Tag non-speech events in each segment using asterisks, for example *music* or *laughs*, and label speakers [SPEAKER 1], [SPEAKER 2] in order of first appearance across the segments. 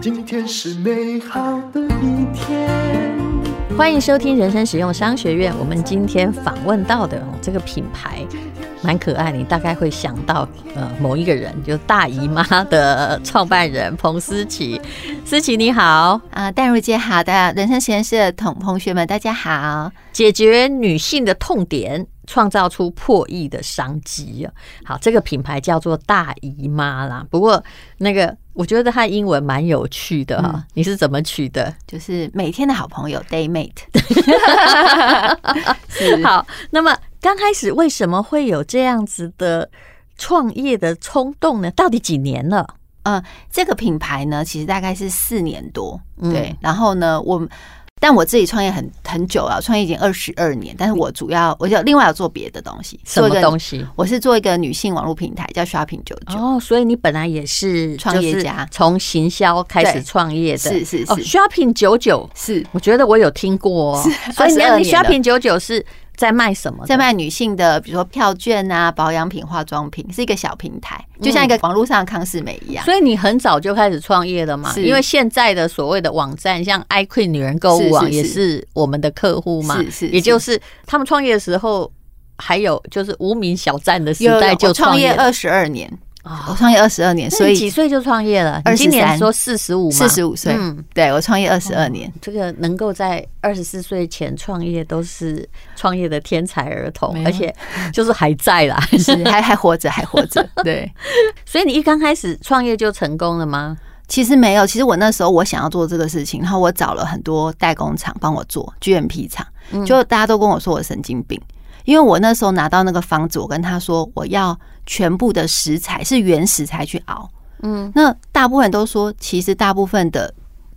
[SPEAKER 1] 今天是美好的一天。
[SPEAKER 2] 欢迎收听人生实用商学院。我们今天访问到的、哦、这个品牌蛮可爱的，你大概会想到呃某一个人，就是大姨妈的创办人彭思琪。思琪你好，
[SPEAKER 3] 啊，淡如姐好的，人生实验室的同同学们，大家好。
[SPEAKER 2] 解决女性的痛点，创造出破亿的商机啊！好，这个品牌叫做大姨妈啦。不过那个我觉得它英文蛮有趣的哈、你是怎么取的？
[SPEAKER 3] 就是每天的好朋友
[SPEAKER 2] *laughs*
[SPEAKER 3] day mate，
[SPEAKER 2] 好，那么刚开始为什么会有这样子的创业的冲动呢？到底几年了？
[SPEAKER 3] 嗯、这个品牌呢，其实大概是四年多，
[SPEAKER 2] 嗯
[SPEAKER 3] 对。然后呢，我但我自己创业很很久了，创业已经二十二年，但是我主要我就另外要做别的东西，
[SPEAKER 2] 嗯什么东
[SPEAKER 3] 西？
[SPEAKER 2] 西？
[SPEAKER 3] 我是做一个女性网络平台叫 Shopping 九九、
[SPEAKER 2] 哦，所以你本来也是
[SPEAKER 3] 创业家
[SPEAKER 2] 就是从行销开始
[SPEAKER 3] 对
[SPEAKER 2] 创业的，
[SPEAKER 3] 是是
[SPEAKER 2] 哦
[SPEAKER 3] 是
[SPEAKER 2] ，Shopping 九九，
[SPEAKER 3] 是
[SPEAKER 2] 我觉得我有听过哦。所以你那
[SPEAKER 3] 22
[SPEAKER 2] 你
[SPEAKER 3] 年了
[SPEAKER 2] Shopping 九九是在卖什么的？
[SPEAKER 3] 在卖女性的，比如说票券啊、保养品、化妆品，是一个小平台，
[SPEAKER 2] 嗯
[SPEAKER 3] 就像一个网络上的康士美一样。
[SPEAKER 2] 所以你很早就开始创业了嘛？
[SPEAKER 3] 是
[SPEAKER 2] 因为现在的所谓的网站，像 iQueen 女人购物网
[SPEAKER 3] 是是
[SPEAKER 2] 也是我们的客户嘛，
[SPEAKER 3] 是是
[SPEAKER 2] 也就是他们创业的时候，还有就是无名小站的时
[SPEAKER 3] 有
[SPEAKER 2] 代就
[SPEAKER 3] 我创业
[SPEAKER 2] 业了
[SPEAKER 3] 二十二哦年，
[SPEAKER 2] 啊
[SPEAKER 3] 我创业二十二年，
[SPEAKER 2] 那
[SPEAKER 3] 所
[SPEAKER 2] 你几
[SPEAKER 3] 以
[SPEAKER 2] 岁就创业了？你今年
[SPEAKER 3] 23
[SPEAKER 2] 说四十五吗？
[SPEAKER 3] 四十五岁
[SPEAKER 2] 嗯，
[SPEAKER 3] 对我创业二十二年。
[SPEAKER 2] 这个能够在二十四岁前创业，都是创业的天才儿童
[SPEAKER 3] 没，有
[SPEAKER 2] 而且就是还在啦。 *laughs*
[SPEAKER 3] 是 *laughs* 还还活着，还活着。对，
[SPEAKER 2] 所以你一刚开始创业就成功了吗？
[SPEAKER 3] 其实没有，其实我那时候我想要做这个事情，然后我找了很多代工厂帮我做 GMP 厂，
[SPEAKER 2] 嗯
[SPEAKER 3] 就大家都跟我说我神经病，因为我那时候拿到那个方子，我跟他说我要全部的食材是原食材去熬，嗯，那大部分都说其实大部分的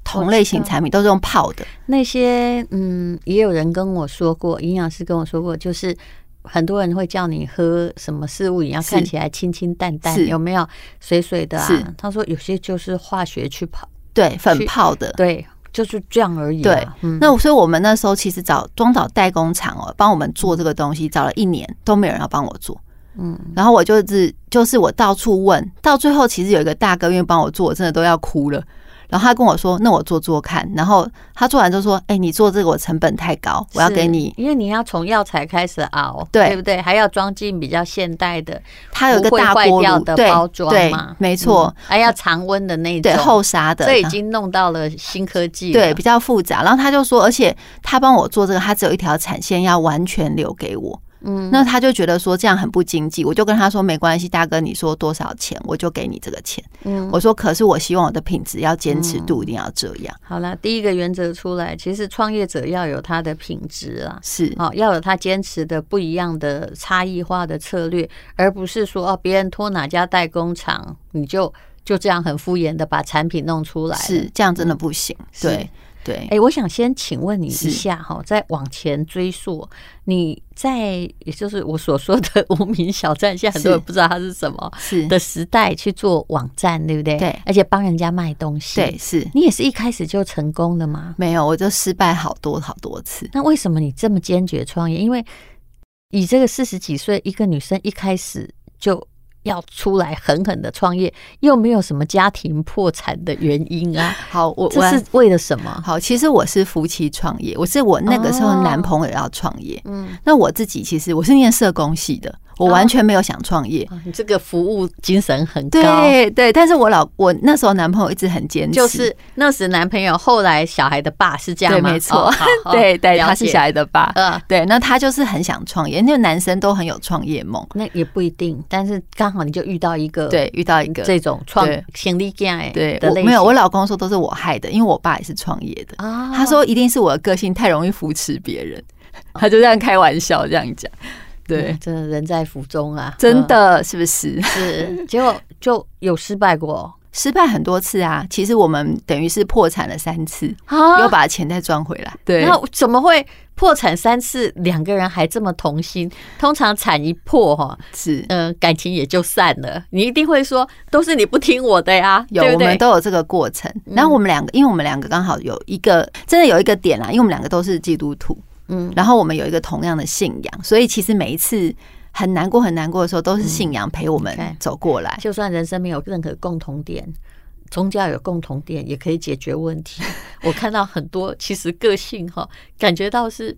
[SPEAKER 3] 同类型产品都是用泡的，
[SPEAKER 2] 那些嗯，也有人跟我说过，营养师跟我说过，就是很多人会叫你喝什么事物饮料，
[SPEAKER 3] 是
[SPEAKER 2] 看起来清清淡淡，
[SPEAKER 3] 是
[SPEAKER 2] 有没有水水的
[SPEAKER 3] 是
[SPEAKER 2] 啊？他说有些就是化学去跑，
[SPEAKER 3] 对，粉
[SPEAKER 2] 去
[SPEAKER 3] 泡的，
[SPEAKER 2] 对，就是这样而已、啊。
[SPEAKER 3] 对
[SPEAKER 2] 嗯，
[SPEAKER 3] 那所以我们那时候其实找中岛代工厂哦，帮我们做这个东西，找了一年都没有人要帮我做。嗯，然后我就是就是我到处问，到最后其实有一个大哥愿意帮我做，我真的都要哭了。然后他跟我说：“那我做做看。”然后他做完就说：“哎、你做这个我成本太高，我要给你。
[SPEAKER 2] 是因为你要从药材开始熬，
[SPEAKER 3] 对
[SPEAKER 2] 对不对？还要装进比较现代的”
[SPEAKER 3] 他有一个
[SPEAKER 2] 不会
[SPEAKER 3] 大
[SPEAKER 2] 坏
[SPEAKER 3] 锅
[SPEAKER 2] 掉
[SPEAKER 3] 炉，
[SPEAKER 2] 的
[SPEAKER 3] 对
[SPEAKER 2] 包装
[SPEAKER 3] 对
[SPEAKER 2] 嘛，
[SPEAKER 3] 没错，
[SPEAKER 2] 嗯还要常温的那一种，
[SPEAKER 3] 对后杀的，
[SPEAKER 2] 这已
[SPEAKER 3] 然后
[SPEAKER 2] 经弄到了新科技了，
[SPEAKER 3] 对比较复杂。然后他就说，而且他帮我做这个，他只有一条产线要完全留给我。嗯，那他就觉得说这样很不经济，我就跟他说没关系，大哥，你说多少钱我就给你这个钱。
[SPEAKER 2] 嗯
[SPEAKER 3] 嗯，我说可是我希望我的品质要坚持度一定要这样，
[SPEAKER 2] 好啦，第一个原则出来，其实创业者要有他的品质啦。
[SPEAKER 3] 是
[SPEAKER 2] 哦，要有他坚持的不一样的差异化的策略，而不是说哦，别人托哪家代工厂，你就就这样很敷衍的把产品弄出来。
[SPEAKER 3] 是，这样真的不行。
[SPEAKER 2] 是
[SPEAKER 3] 对对
[SPEAKER 2] 哎、，我想先请问你一
[SPEAKER 3] 是
[SPEAKER 2] 下哈，再往前追溯，你在也就是我所说的 *laughs* 无名小站，现在很多人
[SPEAKER 3] 是
[SPEAKER 2] 不知道它是什么
[SPEAKER 3] 是，哎
[SPEAKER 2] 的时代去做网站，对不对？
[SPEAKER 3] 对
[SPEAKER 2] 而且帮人家卖东西。
[SPEAKER 3] 对，是
[SPEAKER 2] 你也是一开始就成功了吗？
[SPEAKER 3] 没有，我就失败好多好多次。
[SPEAKER 2] 那为什么你这么坚决创业？因为以这个四十几岁一个女生一开始就要出来狠狠的创业，又没有什么家庭破产的原因啊，
[SPEAKER 3] 好， *laughs* 我
[SPEAKER 2] 这
[SPEAKER 3] 我
[SPEAKER 2] 是为了什么？
[SPEAKER 3] 好，其实我是夫妻创业，我是我那个时候
[SPEAKER 2] 哦
[SPEAKER 3] 男朋友要创业，
[SPEAKER 2] 嗯，
[SPEAKER 3] 那我自己其实我是念社工系的，我完全没有想创业。
[SPEAKER 2] 啊你这个服务精神哦很高。
[SPEAKER 3] 对对，但是我老我那时候男朋友一直很坚持，
[SPEAKER 2] 就是那时男朋友，后来小孩的爸是这样
[SPEAKER 3] 对，
[SPEAKER 2] 吗？
[SPEAKER 3] 没
[SPEAKER 2] 哦
[SPEAKER 3] *laughs* 错，
[SPEAKER 2] 好好
[SPEAKER 3] 对对，
[SPEAKER 2] 了
[SPEAKER 3] 他是
[SPEAKER 2] 解
[SPEAKER 3] 小孩的爸。
[SPEAKER 2] 呃，
[SPEAKER 3] 对，那他就是很想创业，因为男生都很有创业梦。
[SPEAKER 2] 那也不一定，但是刚好你就遇到一个
[SPEAKER 3] 对，遇到一个
[SPEAKER 2] 这种创
[SPEAKER 3] 对
[SPEAKER 2] 行李架哎
[SPEAKER 3] 对，
[SPEAKER 2] 的
[SPEAKER 3] 我
[SPEAKER 2] 类
[SPEAKER 3] 没有，
[SPEAKER 2] 型
[SPEAKER 3] 我老公说都是我害的，因为我爸也是创业的。
[SPEAKER 2] 啊
[SPEAKER 3] 他说一定是我的个性太容易扶持别人，他就这样开玩笑这样讲。对
[SPEAKER 2] 哦
[SPEAKER 3] *laughs*
[SPEAKER 2] 嗯，真的人在福中啊，
[SPEAKER 3] 真
[SPEAKER 2] 嗯
[SPEAKER 3] 的是不是？
[SPEAKER 2] 是， *laughs* 结果就有失败过
[SPEAKER 3] 失败很多次啊，其实我们等于是破产了三次，
[SPEAKER 2] 啊
[SPEAKER 3] 又把钱再赚回来。对
[SPEAKER 2] 那怎么会破产三次，两个人还这么同心？通常产一破哈，
[SPEAKER 3] 是
[SPEAKER 2] 嗯、感情也就散了。你一定会说，都是你不听我的呀，
[SPEAKER 3] 有
[SPEAKER 2] 对不
[SPEAKER 3] 我们
[SPEAKER 2] 对？嗯
[SPEAKER 3] 都有这个过程。然后我们两个，因为我们两个刚好有一个真的有一个点啦，因为我们两个都是基督徒，
[SPEAKER 2] 嗯
[SPEAKER 3] 嗯，然后我们有一个同样的信仰，所以其实每一次。很难过、很难过的时候，都是信仰陪我们
[SPEAKER 2] 嗯，OK
[SPEAKER 3] 走过来。
[SPEAKER 2] 就算人生没有任何共同点，宗教有共同点也可以解决问 *laughs* 题。我看到很多其实个性哈，感觉到是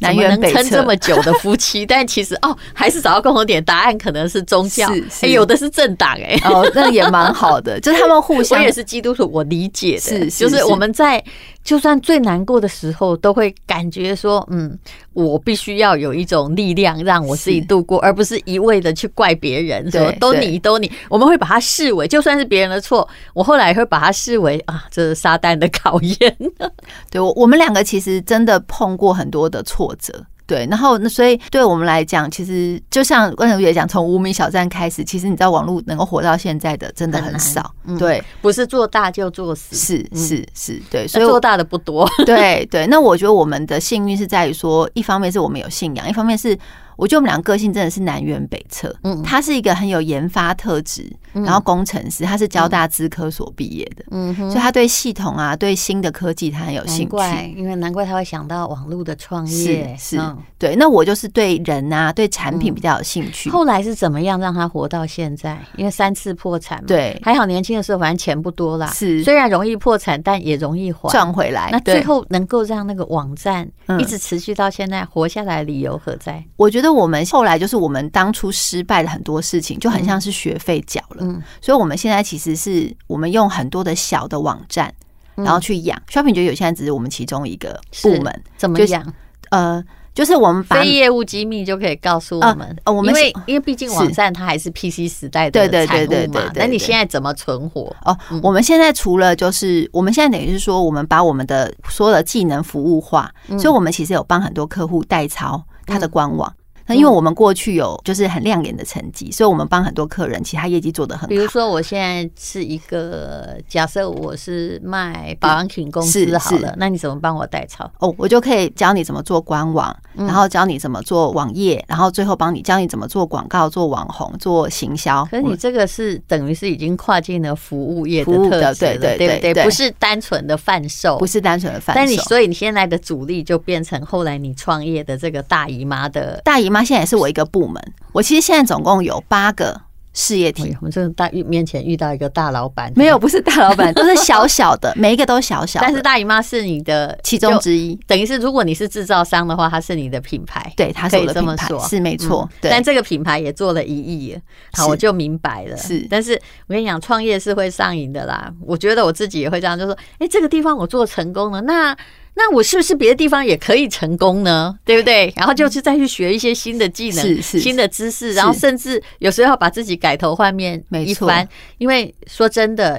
[SPEAKER 3] 南辕
[SPEAKER 2] 怎么能
[SPEAKER 3] 北辙
[SPEAKER 2] 撑这么久的夫 *laughs* 妻，但其实哦，还是找到共同点，答案可能是宗教，
[SPEAKER 3] 是是
[SPEAKER 2] 哎有的是政党哎、
[SPEAKER 3] 哦，那也蛮好的，就是他们互
[SPEAKER 2] 我
[SPEAKER 3] 相
[SPEAKER 2] 也是基督徒，我理解的，
[SPEAKER 3] 是是
[SPEAKER 2] 就是
[SPEAKER 3] 是
[SPEAKER 2] 我们在就算最难过的时候，都会感觉说，嗯，我必须要有一种力量让我自己
[SPEAKER 3] 是
[SPEAKER 2] 度过，而不是一味的去怪别人，
[SPEAKER 3] 对
[SPEAKER 2] 说都
[SPEAKER 3] 对
[SPEAKER 2] 你都你，我们会把它视为就算是别人的错，我后来也会把它视为啊，这是撒旦的考验， *laughs*
[SPEAKER 3] 对我我们两个其实真的碰过很多的挫折。对，然后那所以对我们来讲，其实就像关小姐讲，从无名小站开始，其实你在网络能够活到现在的真的
[SPEAKER 2] 很
[SPEAKER 3] 很
[SPEAKER 2] 难
[SPEAKER 3] 少。
[SPEAKER 2] 嗯
[SPEAKER 3] 对，
[SPEAKER 2] 不是做大就做死，
[SPEAKER 3] 是是是，对，所
[SPEAKER 2] 所
[SPEAKER 3] 以
[SPEAKER 2] 以
[SPEAKER 3] 我
[SPEAKER 2] 做大的不多， *laughs*
[SPEAKER 3] 对对，那我觉得我们的幸运是在于说，一方面是我们有信仰，一方面是我觉得我们俩个性真的是南辕北辙。
[SPEAKER 2] 嗯
[SPEAKER 3] 嗯，他是一个很有研发特质，然后工程师，他是交大资科所毕业的，
[SPEAKER 2] 嗯 *laughs* 哼
[SPEAKER 3] 所以他对系统啊，对新的科技他很有兴
[SPEAKER 2] 难
[SPEAKER 3] 趣。
[SPEAKER 2] 怪，因为难怪他会想到网络的创业
[SPEAKER 3] 是，是
[SPEAKER 2] 嗯，
[SPEAKER 3] 对，那我就是对人啊，对产品比较有兴趣。
[SPEAKER 2] 后来是怎么样让他活到现在？因为三次破产嘛，，
[SPEAKER 3] 对，
[SPEAKER 2] 还好年轻的时候反正钱不多啦，
[SPEAKER 3] 是
[SPEAKER 2] 虽然容易破产，但也容易还。
[SPEAKER 3] 赚回来。
[SPEAKER 2] 那
[SPEAKER 3] 对
[SPEAKER 2] 最，后能够让那个网站
[SPEAKER 3] 嗯
[SPEAKER 2] 一直持续到现在活下来，的理由何在？
[SPEAKER 3] 我觉得我们后来就是我们当初失败的很多事情，就很像是学费缴了。
[SPEAKER 2] 嗯
[SPEAKER 3] 所以我们现在其实是我们用很多的小的网站，
[SPEAKER 2] 嗯
[SPEAKER 3] 然后去养。Shopping 觉得有现在只是我们其中一个部门，
[SPEAKER 2] 怎么
[SPEAKER 3] 就是
[SPEAKER 2] 样？
[SPEAKER 3] 呃，就是我们把
[SPEAKER 2] 非业务机密就可以告诉啊哦我们。
[SPEAKER 3] 呃呃我
[SPEAKER 2] 因
[SPEAKER 3] 们
[SPEAKER 2] 为
[SPEAKER 3] 是
[SPEAKER 2] 因为毕竟
[SPEAKER 3] 是
[SPEAKER 2] 网站它还是 PC 时代的
[SPEAKER 3] 对对
[SPEAKER 2] 产
[SPEAKER 3] 对对
[SPEAKER 2] 物嘛
[SPEAKER 3] 对对，
[SPEAKER 2] 那你
[SPEAKER 3] 对
[SPEAKER 2] 现在怎么存活？
[SPEAKER 3] 哦，我们现在除了就是我们现在等于是说，我们把我们的所有的技能服务化，
[SPEAKER 2] 嗯
[SPEAKER 3] 所以我们其实有帮很多客户代操他的官网。
[SPEAKER 2] 嗯
[SPEAKER 3] 那因为我们过去有就是很亮眼的成绩，所以我们帮很多客人，其实他业绩做得很
[SPEAKER 2] 比如
[SPEAKER 3] 好。
[SPEAKER 2] 说，我现在是一个假设我是卖保养品公司
[SPEAKER 3] 是
[SPEAKER 2] 好
[SPEAKER 3] 是
[SPEAKER 2] 了，那你怎么帮我代操？
[SPEAKER 3] 哦，我就可以教你怎么做官网，
[SPEAKER 2] 嗯
[SPEAKER 3] 然后教你怎么做网页，然后最后帮你教你怎么做广告、做网红、做行销。
[SPEAKER 2] 可是你这个是等于是已经跨进了服务业的
[SPEAKER 3] 服务的
[SPEAKER 2] 特质了，
[SPEAKER 3] 对对
[SPEAKER 2] 不对？
[SPEAKER 3] 对对
[SPEAKER 2] 不是单纯的贩售，
[SPEAKER 3] 不是单纯的贩售。
[SPEAKER 2] 但你所以你现在的主力就变成后来你创业的这个大姨妈的。
[SPEAKER 3] 大姨妈现在也是我一个部门，我其实现在总共有八个事业体
[SPEAKER 2] 哎，呦我们这个大遇面前遇到一个大老板，
[SPEAKER 3] 没有，，不是大老板，都是小小的，每一个都小小的，
[SPEAKER 2] 但是大姨妈是你的
[SPEAKER 3] 其中
[SPEAKER 2] 就
[SPEAKER 3] 之一。
[SPEAKER 2] 等于是，如果你是制造商的话，它是你的品牌，
[SPEAKER 3] 对，它是
[SPEAKER 2] 可以
[SPEAKER 3] 我的
[SPEAKER 2] 这么
[SPEAKER 3] 品牌
[SPEAKER 2] 说，
[SPEAKER 3] 是没错。对，
[SPEAKER 2] 嗯但这个品牌也做了一亿，好，
[SPEAKER 3] 是
[SPEAKER 2] 我就明白了。
[SPEAKER 3] 是
[SPEAKER 2] 但是我跟你讲，创业是会上瘾的啦。我觉得我自己也会这样，就说，哎，这个地方我做成功了，那那我是不是别的地方也可以成功呢？对不对？然后就是再去学一些新的技能、
[SPEAKER 3] 嗯是是
[SPEAKER 2] 新的知识，然后甚至有时候要把自己改头换面
[SPEAKER 3] 没
[SPEAKER 2] 一
[SPEAKER 3] 错
[SPEAKER 2] 番。因为说真的，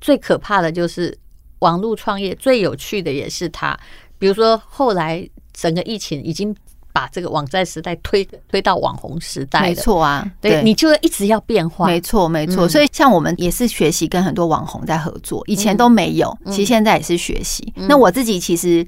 [SPEAKER 2] 最可怕的就是网络创业，最有趣的也是它。比如说后来整个疫情已经把这个网站时代推推到网红时代了，
[SPEAKER 3] 没，错啊，
[SPEAKER 2] 对，你就一直要变化，
[SPEAKER 3] 没错，没错。
[SPEAKER 2] 嗯
[SPEAKER 3] 所以像我们也是学习跟很多网红在合作，以
[SPEAKER 2] 嗯
[SPEAKER 3] 前都没有，其实现在也是学习。那我自己其实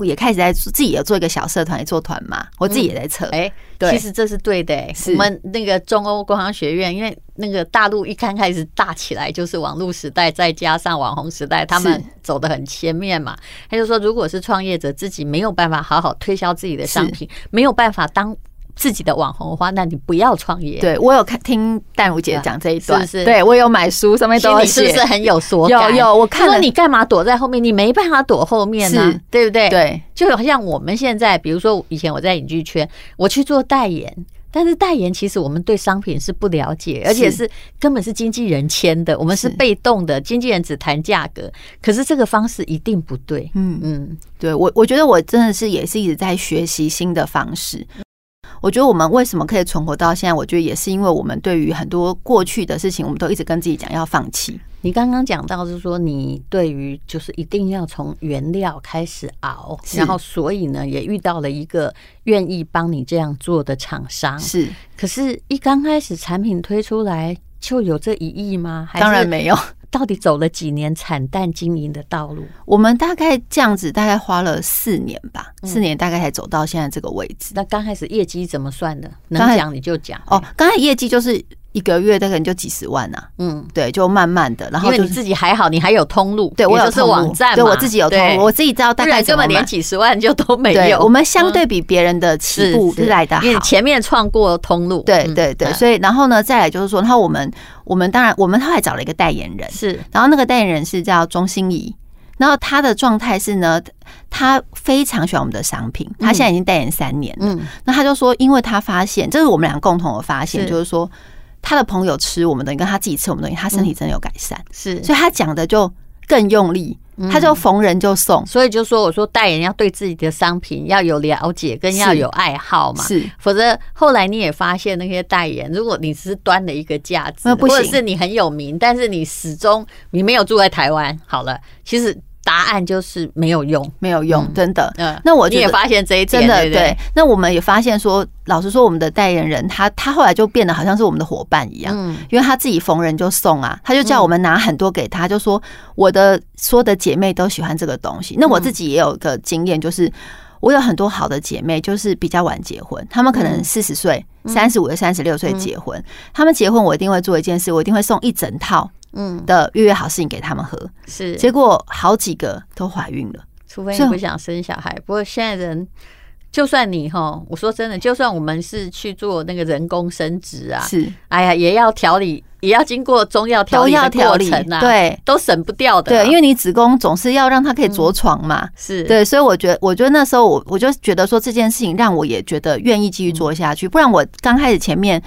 [SPEAKER 3] 也开始在做自己有做一个小社团，也做团嘛，我自己也在测。
[SPEAKER 2] 哎、
[SPEAKER 3] 对
[SPEAKER 2] 其实这是对的、哎
[SPEAKER 3] 是
[SPEAKER 2] 我们那个中欧工商学院，因为那个大陆一刚开始大起来，就是网络时代，再加上网红时代，他们
[SPEAKER 3] 是
[SPEAKER 2] 走得很前面嘛。他就说，如果是创业者自己没有办法好好推销自己的商品，没有办法当自己的网红的话，那你不要创业。，
[SPEAKER 3] 对我有看听淡如姐讲这一段，
[SPEAKER 2] 是不是
[SPEAKER 3] 对我有买书，上面都
[SPEAKER 2] 心
[SPEAKER 3] 有
[SPEAKER 2] 里是不
[SPEAKER 3] 写
[SPEAKER 2] 是。很有所
[SPEAKER 3] 有
[SPEAKER 2] 感？
[SPEAKER 3] 有，我
[SPEAKER 2] 他
[SPEAKER 3] 看了
[SPEAKER 2] 说你干嘛躲在后面？你没办法躲后面呢、
[SPEAKER 3] 是
[SPEAKER 2] 对不对？，
[SPEAKER 3] 对
[SPEAKER 2] 就好像我们现在，比如说以前我在影剧圈，我去做代言，但是代言其实我们对商品是不了解，而且是根本是经纪人签的，我们是
[SPEAKER 3] 是
[SPEAKER 2] 被动的，经纪人只谈价格，可是这个方式一定不对。
[SPEAKER 3] 嗯
[SPEAKER 2] 嗯，
[SPEAKER 3] 对我，我觉得我真的是也是一直在学习新的方式。我觉得我们为什么可以存活到现在，我觉得也是因为我们对于很多过去的事情，我们都一直跟自己讲要放弃。
[SPEAKER 2] 你刚刚讲到是说，你对于就是一定要从原料开始熬，
[SPEAKER 3] 是
[SPEAKER 2] 然后所以呢，也遇到了一个愿意帮你这样做的厂商。
[SPEAKER 3] 是，
[SPEAKER 2] 可是，一刚开始产品推出来就有这一亿吗？还是
[SPEAKER 3] 当然没有。
[SPEAKER 2] 到底走了几年惨淡经营的道路？
[SPEAKER 3] 我们大概这样子，大概花了四年吧，
[SPEAKER 2] 嗯
[SPEAKER 3] 四年大概才走到现在这个位置。
[SPEAKER 2] 那刚开始业绩怎么算的？能
[SPEAKER 3] 刚开
[SPEAKER 2] 讲你就讲
[SPEAKER 3] 哦，，刚才业绩就是一个月大概就几十万呐、啊，
[SPEAKER 2] 嗯，
[SPEAKER 3] 对，就慢慢的，
[SPEAKER 2] 因
[SPEAKER 3] 然后
[SPEAKER 2] 为
[SPEAKER 3] 就
[SPEAKER 2] 你
[SPEAKER 3] 是
[SPEAKER 2] 自己还好，你还有通路，
[SPEAKER 3] 对我
[SPEAKER 2] 也
[SPEAKER 3] 有
[SPEAKER 2] 就是
[SPEAKER 3] 通路
[SPEAKER 2] 网站嘛，
[SPEAKER 3] 对我自己有通
[SPEAKER 2] 对
[SPEAKER 3] 路，我自己知道大
[SPEAKER 2] 不
[SPEAKER 3] 概
[SPEAKER 2] 然
[SPEAKER 3] 怎
[SPEAKER 2] 根
[SPEAKER 3] 么
[SPEAKER 2] 本连
[SPEAKER 3] 买。
[SPEAKER 2] 几十万就都没
[SPEAKER 3] 对，
[SPEAKER 2] 有。嗯
[SPEAKER 3] 我们相对比别人的起步
[SPEAKER 2] 是是
[SPEAKER 3] 来的好
[SPEAKER 2] 因为你。前面创过通路，
[SPEAKER 3] 对
[SPEAKER 2] 嗯
[SPEAKER 3] 对对，
[SPEAKER 2] 嗯
[SPEAKER 3] 所以然后呢，再来就是说，然后我们我们当然我们后来找了一个代言人，
[SPEAKER 2] 是
[SPEAKER 3] 然后那个代言人是叫钟欣怡，然后她的状态是呢，她非常喜欢我们的商品，她现在已经代言三年了。
[SPEAKER 2] 嗯
[SPEAKER 3] 那她就说，因为她发现，这是我们俩共同的发现，
[SPEAKER 2] 是
[SPEAKER 3] 就是说她的朋友吃我们的东西，跟她自己吃我们的东西，她身
[SPEAKER 2] 嗯
[SPEAKER 3] 体真的有改善，
[SPEAKER 2] 是，
[SPEAKER 3] 所以她讲的就更用力，
[SPEAKER 2] 嗯
[SPEAKER 3] 她就逢人就送，
[SPEAKER 2] 所以就说我说代言要对自己的商品要有了解，跟要有爱好嘛。
[SPEAKER 3] 是
[SPEAKER 2] 否则后来你也发现那些代言，如果你只是端了一个架子，
[SPEAKER 3] 那不
[SPEAKER 2] 或
[SPEAKER 3] 行
[SPEAKER 2] 者是你很有名，但是你始终你没有住在台湾，好了，其实答案就是没有用。
[SPEAKER 3] 没有用，真的。
[SPEAKER 2] 嗯，
[SPEAKER 3] 那我
[SPEAKER 2] 你
[SPEAKER 3] 觉
[SPEAKER 2] 也
[SPEAKER 3] 得。
[SPEAKER 2] 发现这一点，
[SPEAKER 3] 真的
[SPEAKER 2] 对不对？
[SPEAKER 3] 那我们也发现说，老实说，我们的代言人他他后来就变得好像是我们的伙伴一样，
[SPEAKER 2] 嗯，
[SPEAKER 3] 因为他自己逢人就送啊，他就叫我们拿很多给他，就说我的所有的姐妹都喜欢这个东西。那我自己也有一个经验，就是我有很多好的姐妹，就是比较晚结婚，她们可
[SPEAKER 2] 嗯
[SPEAKER 3] 能四十岁、三十五、三十六岁结婚，她们结婚我一定会做一件事，我一定会送一整套
[SPEAKER 2] 嗯，
[SPEAKER 3] 的月月好事情给她们喝。
[SPEAKER 2] 是。
[SPEAKER 3] 结果好几个都怀孕了，
[SPEAKER 2] 除非你
[SPEAKER 3] 所以
[SPEAKER 2] 不想生小孩。不过现在人，就算你哈，我说真的，就算我们是去做那个人工生殖啊，
[SPEAKER 3] 是
[SPEAKER 2] 哎呀，也要调理，也要经过中药调
[SPEAKER 3] 都
[SPEAKER 2] 理
[SPEAKER 3] 要
[SPEAKER 2] 的
[SPEAKER 3] 调
[SPEAKER 2] 过
[SPEAKER 3] 理
[SPEAKER 2] 程，啊，，
[SPEAKER 3] 对。
[SPEAKER 2] 都省不掉的啊、
[SPEAKER 3] 对，因为你子宫总是要让它可以着床嘛。
[SPEAKER 2] 嗯是，
[SPEAKER 3] 对，所以我觉得，我觉得那时候我我就觉得说这件事情让我也觉得愿意继续
[SPEAKER 2] 嗯
[SPEAKER 3] 做下去，不然我刚开始前面，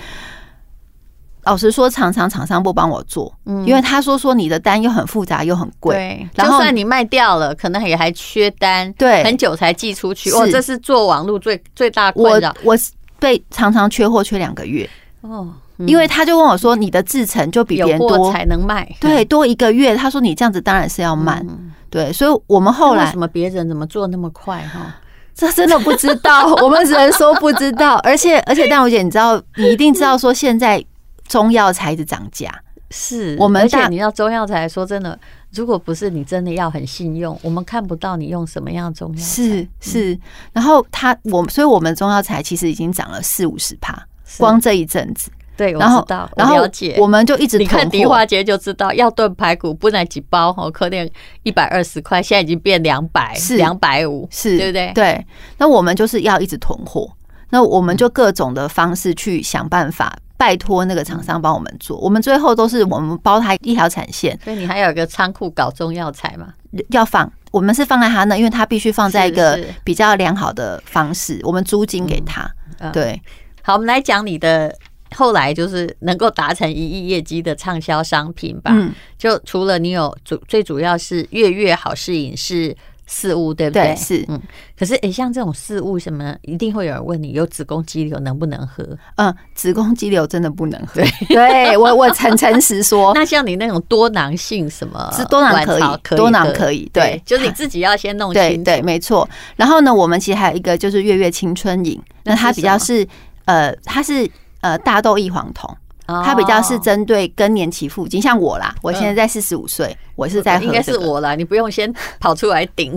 [SPEAKER 3] 老实说，常常厂商不帮我做，
[SPEAKER 2] 嗯
[SPEAKER 3] 因为他说说你的单又很复杂又很贵，
[SPEAKER 2] 对，就
[SPEAKER 3] 然后
[SPEAKER 2] 算你卖掉了，可能也还缺单，
[SPEAKER 3] 对
[SPEAKER 2] 很久才寄出去。
[SPEAKER 3] 是
[SPEAKER 2] 哦，这是做网络最最大困
[SPEAKER 3] 我
[SPEAKER 2] 扰。
[SPEAKER 3] 我被常常缺货缺两个月，
[SPEAKER 2] 哦，
[SPEAKER 3] 因为他就跟我说你的制成就比别
[SPEAKER 2] 有
[SPEAKER 3] 人
[SPEAKER 2] 货
[SPEAKER 3] 多，
[SPEAKER 2] 才能卖。
[SPEAKER 3] 对，多一个月，他说你这样子当然是要慢，对，所以我们后
[SPEAKER 2] 后来嗯
[SPEAKER 3] 来
[SPEAKER 2] 为什么别人怎么做那么快哈？
[SPEAKER 3] 这真的不知
[SPEAKER 2] *laughs*
[SPEAKER 3] 道，我们只能说不知道。而且而且，淡如姐，你知道，你一定知道说现在中药材一直涨价，
[SPEAKER 2] 是
[SPEAKER 3] 我们
[SPEAKER 2] 而且
[SPEAKER 3] 大
[SPEAKER 2] 你要中药材说真的，如果不是你真的要很信用，我们看不到你用什么样的中药材。
[SPEAKER 3] 是是。然后它我，所以我们中药材其实已经涨了四五十趴，
[SPEAKER 2] 是
[SPEAKER 3] 光这一阵子。
[SPEAKER 2] 对，我
[SPEAKER 3] 然
[SPEAKER 2] 知
[SPEAKER 3] 后
[SPEAKER 2] 道，
[SPEAKER 3] 然
[SPEAKER 2] 我
[SPEAKER 3] 后
[SPEAKER 2] 了解。
[SPEAKER 3] 我们就一直
[SPEAKER 2] 你看
[SPEAKER 3] 囤
[SPEAKER 2] 迪
[SPEAKER 3] 货
[SPEAKER 2] 化街就知道，要炖排骨不然几包哦，可能一百二十块，现在已经变两百，
[SPEAKER 3] 是
[SPEAKER 2] 两百五，
[SPEAKER 3] 是
[SPEAKER 2] 对不对？
[SPEAKER 3] 对，那我们就是要一直囤货，那我们就各种的方式去想办法。拜托那个厂商帮我们做，我们最后都是我们包他一条产线，
[SPEAKER 2] 所以你还有一个仓库搞中药材嘛？
[SPEAKER 3] 要放，我们是放在他那，因为他必须放在一个
[SPEAKER 2] 是是
[SPEAKER 3] 比较良好的方式，我们租金给他。
[SPEAKER 2] 嗯
[SPEAKER 3] 对，
[SPEAKER 2] 好，我们来讲你的后来就是能够达成一亿业绩的畅销商品吧。
[SPEAKER 3] 嗯，
[SPEAKER 2] 就除了你有主最主要是月月好事饮是四物，对不对？
[SPEAKER 3] 对，是，
[SPEAKER 2] 嗯。可是诶、像这种四物什么，一定会有人问你有子宫肌瘤能不能喝？
[SPEAKER 3] 嗯，子宫肌瘤真的不能喝。 *laughs* 对，我我诚诚
[SPEAKER 2] *laughs*
[SPEAKER 3] 实说，
[SPEAKER 2] 那像你那种多囊性什么
[SPEAKER 3] 哦是多囊可
[SPEAKER 2] 卵巢
[SPEAKER 3] 以，多囊
[SPEAKER 2] 喝
[SPEAKER 3] 可以，对，
[SPEAKER 2] 就是你自己要先弄
[SPEAKER 3] 对
[SPEAKER 2] 清楚。
[SPEAKER 3] 对，没错。然后呢，我们其实还有一个就是月月青春饮，
[SPEAKER 2] 那
[SPEAKER 3] 那
[SPEAKER 2] 是
[SPEAKER 3] 它比较
[SPEAKER 2] 什
[SPEAKER 3] 是呃，它是呃大豆异黄酮，
[SPEAKER 2] 哦，
[SPEAKER 3] 它比较是针对更年期附近，像我啦，我现在
[SPEAKER 2] 嗯
[SPEAKER 3] 在四十五岁，我是在喝、
[SPEAKER 2] 哦
[SPEAKER 3] 这
[SPEAKER 2] 应
[SPEAKER 3] 个，
[SPEAKER 2] 该是，我啦，你不用先跑出来顶。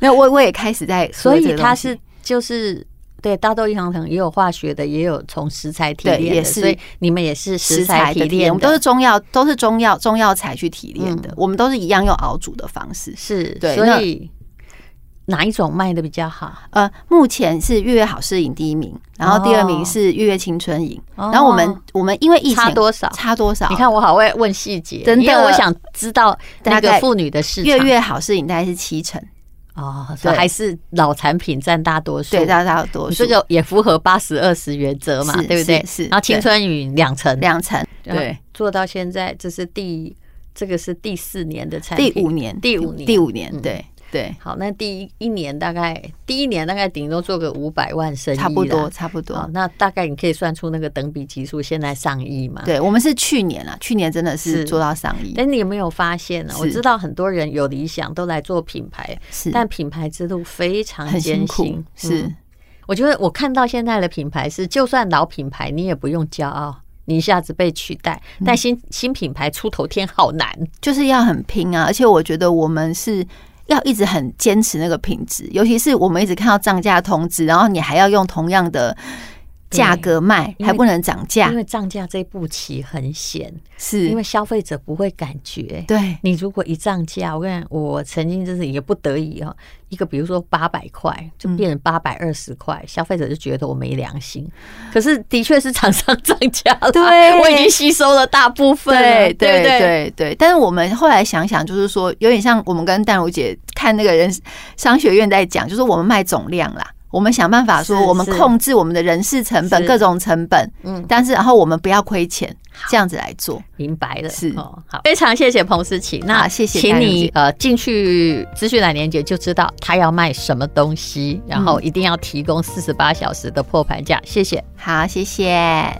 [SPEAKER 3] 那我我也开始在喝
[SPEAKER 2] 所
[SPEAKER 3] 这
[SPEAKER 2] 以
[SPEAKER 3] 个
[SPEAKER 2] 它
[SPEAKER 3] 东西
[SPEAKER 2] 是就是对大豆异黄酮也有化学的，也有从食材提
[SPEAKER 3] 对
[SPEAKER 2] 炼的，
[SPEAKER 3] 也是
[SPEAKER 2] 所以你们也是
[SPEAKER 3] 食
[SPEAKER 2] 材
[SPEAKER 3] 材
[SPEAKER 2] 提
[SPEAKER 3] 的提
[SPEAKER 2] 炼的，
[SPEAKER 3] 炼，我们都是中药，都是中药中药材去提炼的，
[SPEAKER 2] 嗯
[SPEAKER 3] 我们都是一样用熬煮的方式。
[SPEAKER 2] 是
[SPEAKER 3] 对
[SPEAKER 2] 所
[SPEAKER 3] 那
[SPEAKER 2] 以哪一种卖的比较好？
[SPEAKER 3] 呃，目前是月月好事饮第一名，然后第二名是月月青春饮，
[SPEAKER 2] 哦
[SPEAKER 3] 然后我们我们因为疫情
[SPEAKER 2] 差多少？
[SPEAKER 3] 差多少？
[SPEAKER 2] 你看我好会问细节，
[SPEAKER 3] 真的
[SPEAKER 2] 因为我想知道那
[SPEAKER 3] 大
[SPEAKER 2] 个
[SPEAKER 3] 概
[SPEAKER 2] 妇女的市场。
[SPEAKER 3] 月月好事饮大概是七成，
[SPEAKER 2] 哦，所以
[SPEAKER 3] 对
[SPEAKER 2] 还是老产品占大多数。
[SPEAKER 3] 对，大大多
[SPEAKER 2] 你
[SPEAKER 3] 数
[SPEAKER 2] 这个也符合八十二十原则嘛，
[SPEAKER 3] 是
[SPEAKER 2] 对不对？
[SPEAKER 3] 是是
[SPEAKER 2] 然后青春云两成，
[SPEAKER 3] 两成，
[SPEAKER 2] 然后
[SPEAKER 3] 对，
[SPEAKER 2] 做到现在，这是第这个是第四年的产
[SPEAKER 3] 第
[SPEAKER 2] 品，
[SPEAKER 3] 五年，
[SPEAKER 2] 第五年
[SPEAKER 3] 第五年
[SPEAKER 2] 嗯，
[SPEAKER 3] 对对，
[SPEAKER 2] 好，那第一一年大概第一年大概顶多做个五百万生意啦
[SPEAKER 3] 差不多。差不
[SPEAKER 2] 好
[SPEAKER 3] 多，。
[SPEAKER 2] 那大概你可以算出那个等比级数现在上亿嘛？。
[SPEAKER 3] 对我们是去年啊，去年真的
[SPEAKER 2] 是
[SPEAKER 3] 是做到上亿，
[SPEAKER 2] 但你有没有发现呢、我
[SPEAKER 3] 是
[SPEAKER 2] 知道很多人有理想都来做品牌，
[SPEAKER 3] 是
[SPEAKER 2] 但品牌之路非常
[SPEAKER 3] 很
[SPEAKER 2] 艰
[SPEAKER 3] 辛
[SPEAKER 2] 辛
[SPEAKER 3] 苦。，是
[SPEAKER 2] 嗯我觉得我看到现在的品牌是，就算老品牌你也不用骄傲，你一下子被取代，
[SPEAKER 3] 嗯
[SPEAKER 2] 但新新品牌出头天好难。
[SPEAKER 3] 就是要很拼啊！而且我觉得我们是要一直很坚持那个品质，尤其是我们一直看到涨价通知，然后你还要用同样的价格卖
[SPEAKER 2] 因为
[SPEAKER 3] 还不能涨价
[SPEAKER 2] 因，为涨价这步棋很险，因为
[SPEAKER 3] 是，
[SPEAKER 2] 消费者不会感觉。
[SPEAKER 3] 对，
[SPEAKER 2] 你如果一涨价，我跟你讲，我曾经就是也不得已哦，一个比如说八百块，就变成八百二十块，消费者就觉得我没良心。可是的确是厂商涨价了，
[SPEAKER 3] 对
[SPEAKER 2] 我已经吸收了大部分了，
[SPEAKER 3] 对对
[SPEAKER 2] 不对？
[SPEAKER 3] 对对，但是我们后来想想，就是说有点像我们跟淡如姐看那个人商学院在讲，就是我们卖总量啦，我们想办法说
[SPEAKER 2] 是
[SPEAKER 3] 我们
[SPEAKER 2] 是
[SPEAKER 3] 控制我们的人事成本、
[SPEAKER 2] 是
[SPEAKER 3] 各种成本，
[SPEAKER 2] 嗯
[SPEAKER 3] 嗯，但是然后我们不要亏钱，这样子来做。
[SPEAKER 2] 明白了，
[SPEAKER 3] 是
[SPEAKER 2] 哦，好，非常谢谢彭思琪，那
[SPEAKER 3] 好谢谢
[SPEAKER 2] 请
[SPEAKER 3] 戴茹
[SPEAKER 2] 你
[SPEAKER 3] 姐
[SPEAKER 2] 呃进去资讯栏连接就知道他要卖什么东西，然后一定要提供四十八小时的破盘价，谢谢。
[SPEAKER 3] 好，谢谢。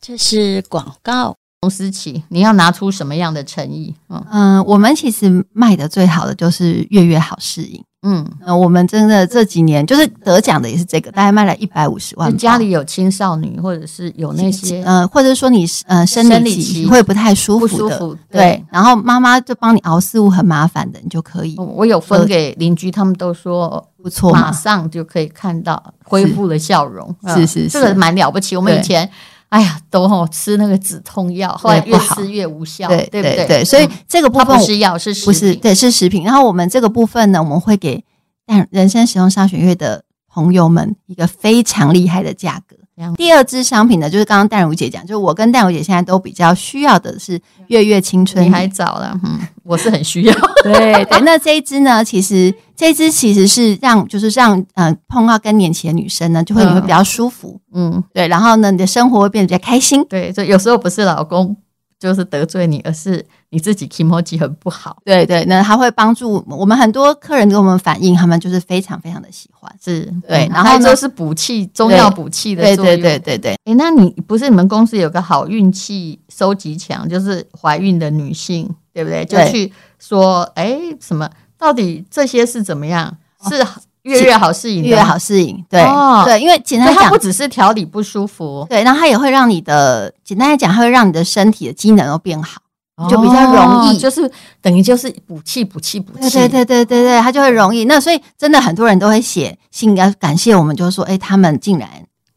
[SPEAKER 2] 这是广告，彭思琪，你要拿出什么样的诚意？嗯
[SPEAKER 3] 嗯，我们其实卖的最好的就是月月好适应。
[SPEAKER 2] 嗯，
[SPEAKER 3] 嗯，我们真的这几年就是得奖的也是这个，大概卖了一百五十万
[SPEAKER 2] 就
[SPEAKER 3] 包。
[SPEAKER 2] 家里有青少女或者是有那些
[SPEAKER 3] 呃，或者说你是呃生
[SPEAKER 2] 生理
[SPEAKER 3] 理
[SPEAKER 2] 期
[SPEAKER 3] 期会不太舒
[SPEAKER 2] 不
[SPEAKER 3] 服的，
[SPEAKER 2] 舒服，
[SPEAKER 3] 对，然后妈妈就帮你熬四物很麻烦的，你就可以、
[SPEAKER 2] 嗯我有分给邻居，他们都说
[SPEAKER 3] 呃不错
[SPEAKER 2] 马
[SPEAKER 3] 嘛。
[SPEAKER 2] 上就可以看到恢复了笑容，
[SPEAKER 3] 是
[SPEAKER 2] 嗯
[SPEAKER 3] 是是
[SPEAKER 2] 这个蛮了不起。我们
[SPEAKER 3] 对
[SPEAKER 2] 以前，哎呀，都哦吃那个止痛药，后来
[SPEAKER 3] 对
[SPEAKER 2] 越
[SPEAKER 3] 不好
[SPEAKER 2] 吃越无效，
[SPEAKER 3] 对
[SPEAKER 2] 对不
[SPEAKER 3] 对
[SPEAKER 2] 对？
[SPEAKER 3] 对，所以
[SPEAKER 2] 嗯
[SPEAKER 3] 这个部
[SPEAKER 2] 它
[SPEAKER 3] 分
[SPEAKER 2] 不
[SPEAKER 3] 我
[SPEAKER 2] 是药，是食
[SPEAKER 3] 不是
[SPEAKER 2] 品，
[SPEAKER 3] 对是食品。然后我们这个部分呢，我们会给但人生使用商学院的朋友们一个非常厉害的价格
[SPEAKER 2] 了。解
[SPEAKER 3] 第二支商品呢，就是刚刚淡如姐讲，就是我跟淡如姐现在都比较需要的是月月青春
[SPEAKER 2] 你
[SPEAKER 3] 饮
[SPEAKER 2] 还早了，嗯，我是很需
[SPEAKER 3] *laughs*
[SPEAKER 2] 要，
[SPEAKER 3] *laughs* 对对，那这一支呢，其实这一支其实是让就是让嗯、呃碰到更年期的女生呢，就会你会比较舒服，
[SPEAKER 2] 嗯，
[SPEAKER 3] 对，然后呢你的生活会变得比较开心，
[SPEAKER 2] 对，所以有时候不是老公就是得罪你，而是你自己 emoji 很不好，
[SPEAKER 3] 对对，那它会帮助我们很多客人给我们反映，他们就是非常非常的喜欢，
[SPEAKER 2] 是
[SPEAKER 3] 对
[SPEAKER 2] 嗯
[SPEAKER 3] 然后
[SPEAKER 2] 还有
[SPEAKER 3] 呢
[SPEAKER 2] 就是补气，中药补气的
[SPEAKER 3] 对
[SPEAKER 2] 作用
[SPEAKER 3] 对对对对，
[SPEAKER 2] 诶，那你不是你们公司有个好运气收集墙，就是怀孕的女性，对不对？就
[SPEAKER 3] 对
[SPEAKER 2] 去说，诶，什么？到底这些是怎么样？是月月好适应的
[SPEAKER 3] 哦越
[SPEAKER 2] 吗
[SPEAKER 3] 好，适应，对、
[SPEAKER 2] 哦
[SPEAKER 3] 对，因为简
[SPEAKER 2] 所以
[SPEAKER 3] 单地
[SPEAKER 2] 它
[SPEAKER 3] 讲
[SPEAKER 2] 不。只是调理不舒服，
[SPEAKER 3] 对，然后它也会让你的，简单来讲，它会让你的身体的机能都变好。就比较容易
[SPEAKER 2] 哦就是等于就是补气、补气、补
[SPEAKER 3] 对
[SPEAKER 2] 气。
[SPEAKER 3] 对对对对对，它就会容易。那所以真的很多人都会写信感感谢我们，就是说，哎，他们竟然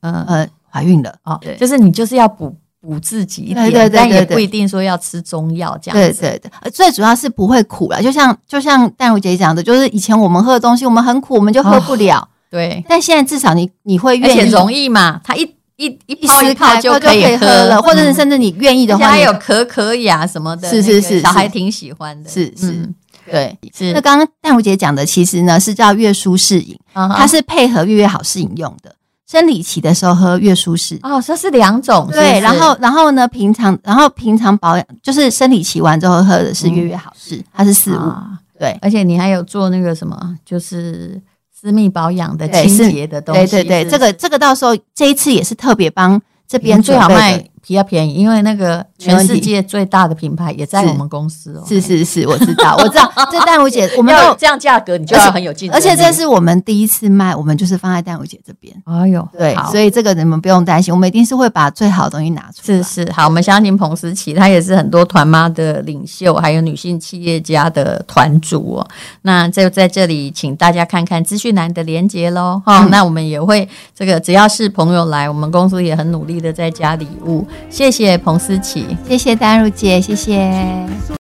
[SPEAKER 2] 嗯，嗯
[SPEAKER 3] 呃怀孕了。
[SPEAKER 2] 哦
[SPEAKER 3] 对，
[SPEAKER 2] 就是你就是要补补自己一点，
[SPEAKER 3] 对对对
[SPEAKER 2] 但也
[SPEAKER 3] 对对
[SPEAKER 2] 不一定说要吃中药这样
[SPEAKER 3] 对
[SPEAKER 2] 子。
[SPEAKER 3] 对对，呃最主要是不会苦了，就像就像淡如姐讲的，就是以前我们喝的东西，我们很苦，我们就喝不了。
[SPEAKER 2] 对
[SPEAKER 3] 但现在至少你你会
[SPEAKER 2] 哦而
[SPEAKER 3] 愿
[SPEAKER 2] 且
[SPEAKER 3] 意
[SPEAKER 2] 容易嘛，它一一一
[SPEAKER 3] 一
[SPEAKER 2] 泡
[SPEAKER 3] 撕
[SPEAKER 2] 一泡
[SPEAKER 3] 开
[SPEAKER 2] 就
[SPEAKER 3] 就可以
[SPEAKER 2] 以
[SPEAKER 3] 喝了，或者是
[SPEAKER 2] 嗯
[SPEAKER 3] 甚至你愿意的
[SPEAKER 2] 而且
[SPEAKER 3] 话，
[SPEAKER 2] 还
[SPEAKER 3] 你
[SPEAKER 2] 有可可雅什么的，
[SPEAKER 3] 是是
[SPEAKER 2] 那个
[SPEAKER 3] 是
[SPEAKER 2] 小孩
[SPEAKER 3] 是
[SPEAKER 2] 挺喜欢的，
[SPEAKER 3] 是是
[SPEAKER 2] 嗯
[SPEAKER 3] 对。
[SPEAKER 2] 是
[SPEAKER 3] 那刚刚淡如姐讲的，其实呢是叫月舒适饮，
[SPEAKER 2] 啊哈
[SPEAKER 3] 它是配合月月好适饮用的。生理期的时候喝月舒适，
[SPEAKER 2] 哦，这是两种，是不
[SPEAKER 3] 对，
[SPEAKER 2] 是
[SPEAKER 3] 然后然后呢，平常然后平常保养就是生理期完之后喝的是月月好适，它是四物，
[SPEAKER 2] 嗯啊
[SPEAKER 3] 对
[SPEAKER 2] 而且你还有做那个什么，就是私密保养的
[SPEAKER 3] 对
[SPEAKER 2] 清
[SPEAKER 3] 是
[SPEAKER 2] 洁的东
[SPEAKER 3] 对
[SPEAKER 2] 西，
[SPEAKER 3] 对对，
[SPEAKER 2] 是
[SPEAKER 3] 这个这个到时候这一次也是特别帮这
[SPEAKER 2] 你们
[SPEAKER 3] 边
[SPEAKER 2] 最好
[SPEAKER 3] 准备的
[SPEAKER 2] 卖比较便宜，因为那个
[SPEAKER 3] 没
[SPEAKER 2] 全
[SPEAKER 3] 问题
[SPEAKER 2] 世界最大的品牌也在
[SPEAKER 3] 是
[SPEAKER 2] 我们公司哦，
[SPEAKER 3] 是是是，我知道，
[SPEAKER 2] *laughs*
[SPEAKER 3] 我知道。这淡如姐，我们
[SPEAKER 2] 要有
[SPEAKER 3] 都
[SPEAKER 2] 这样价格，你就
[SPEAKER 3] 而
[SPEAKER 2] 要
[SPEAKER 3] 且
[SPEAKER 2] 很有竞争
[SPEAKER 3] 而且这
[SPEAKER 2] 力，
[SPEAKER 3] 是我们第一次卖，我们就是放在淡如姐这边。
[SPEAKER 2] 哎呦，
[SPEAKER 3] 对，
[SPEAKER 2] 好
[SPEAKER 3] 所以这个你们不用担心，我们一定是会把最好的东西拿出来。
[SPEAKER 2] 是是，好，我们相信彭思琪，她也是很多团妈的领袖，还有女性企业家的团主哦。那就在这里，请大家看看资讯栏的连接
[SPEAKER 3] *laughs* 嗯
[SPEAKER 2] 喽。哈、那我们也会这个，只要是朋友来，我们公司也很努力的在加礼物。谢谢彭思琪。
[SPEAKER 3] 谢谢淡如姐，谢谢。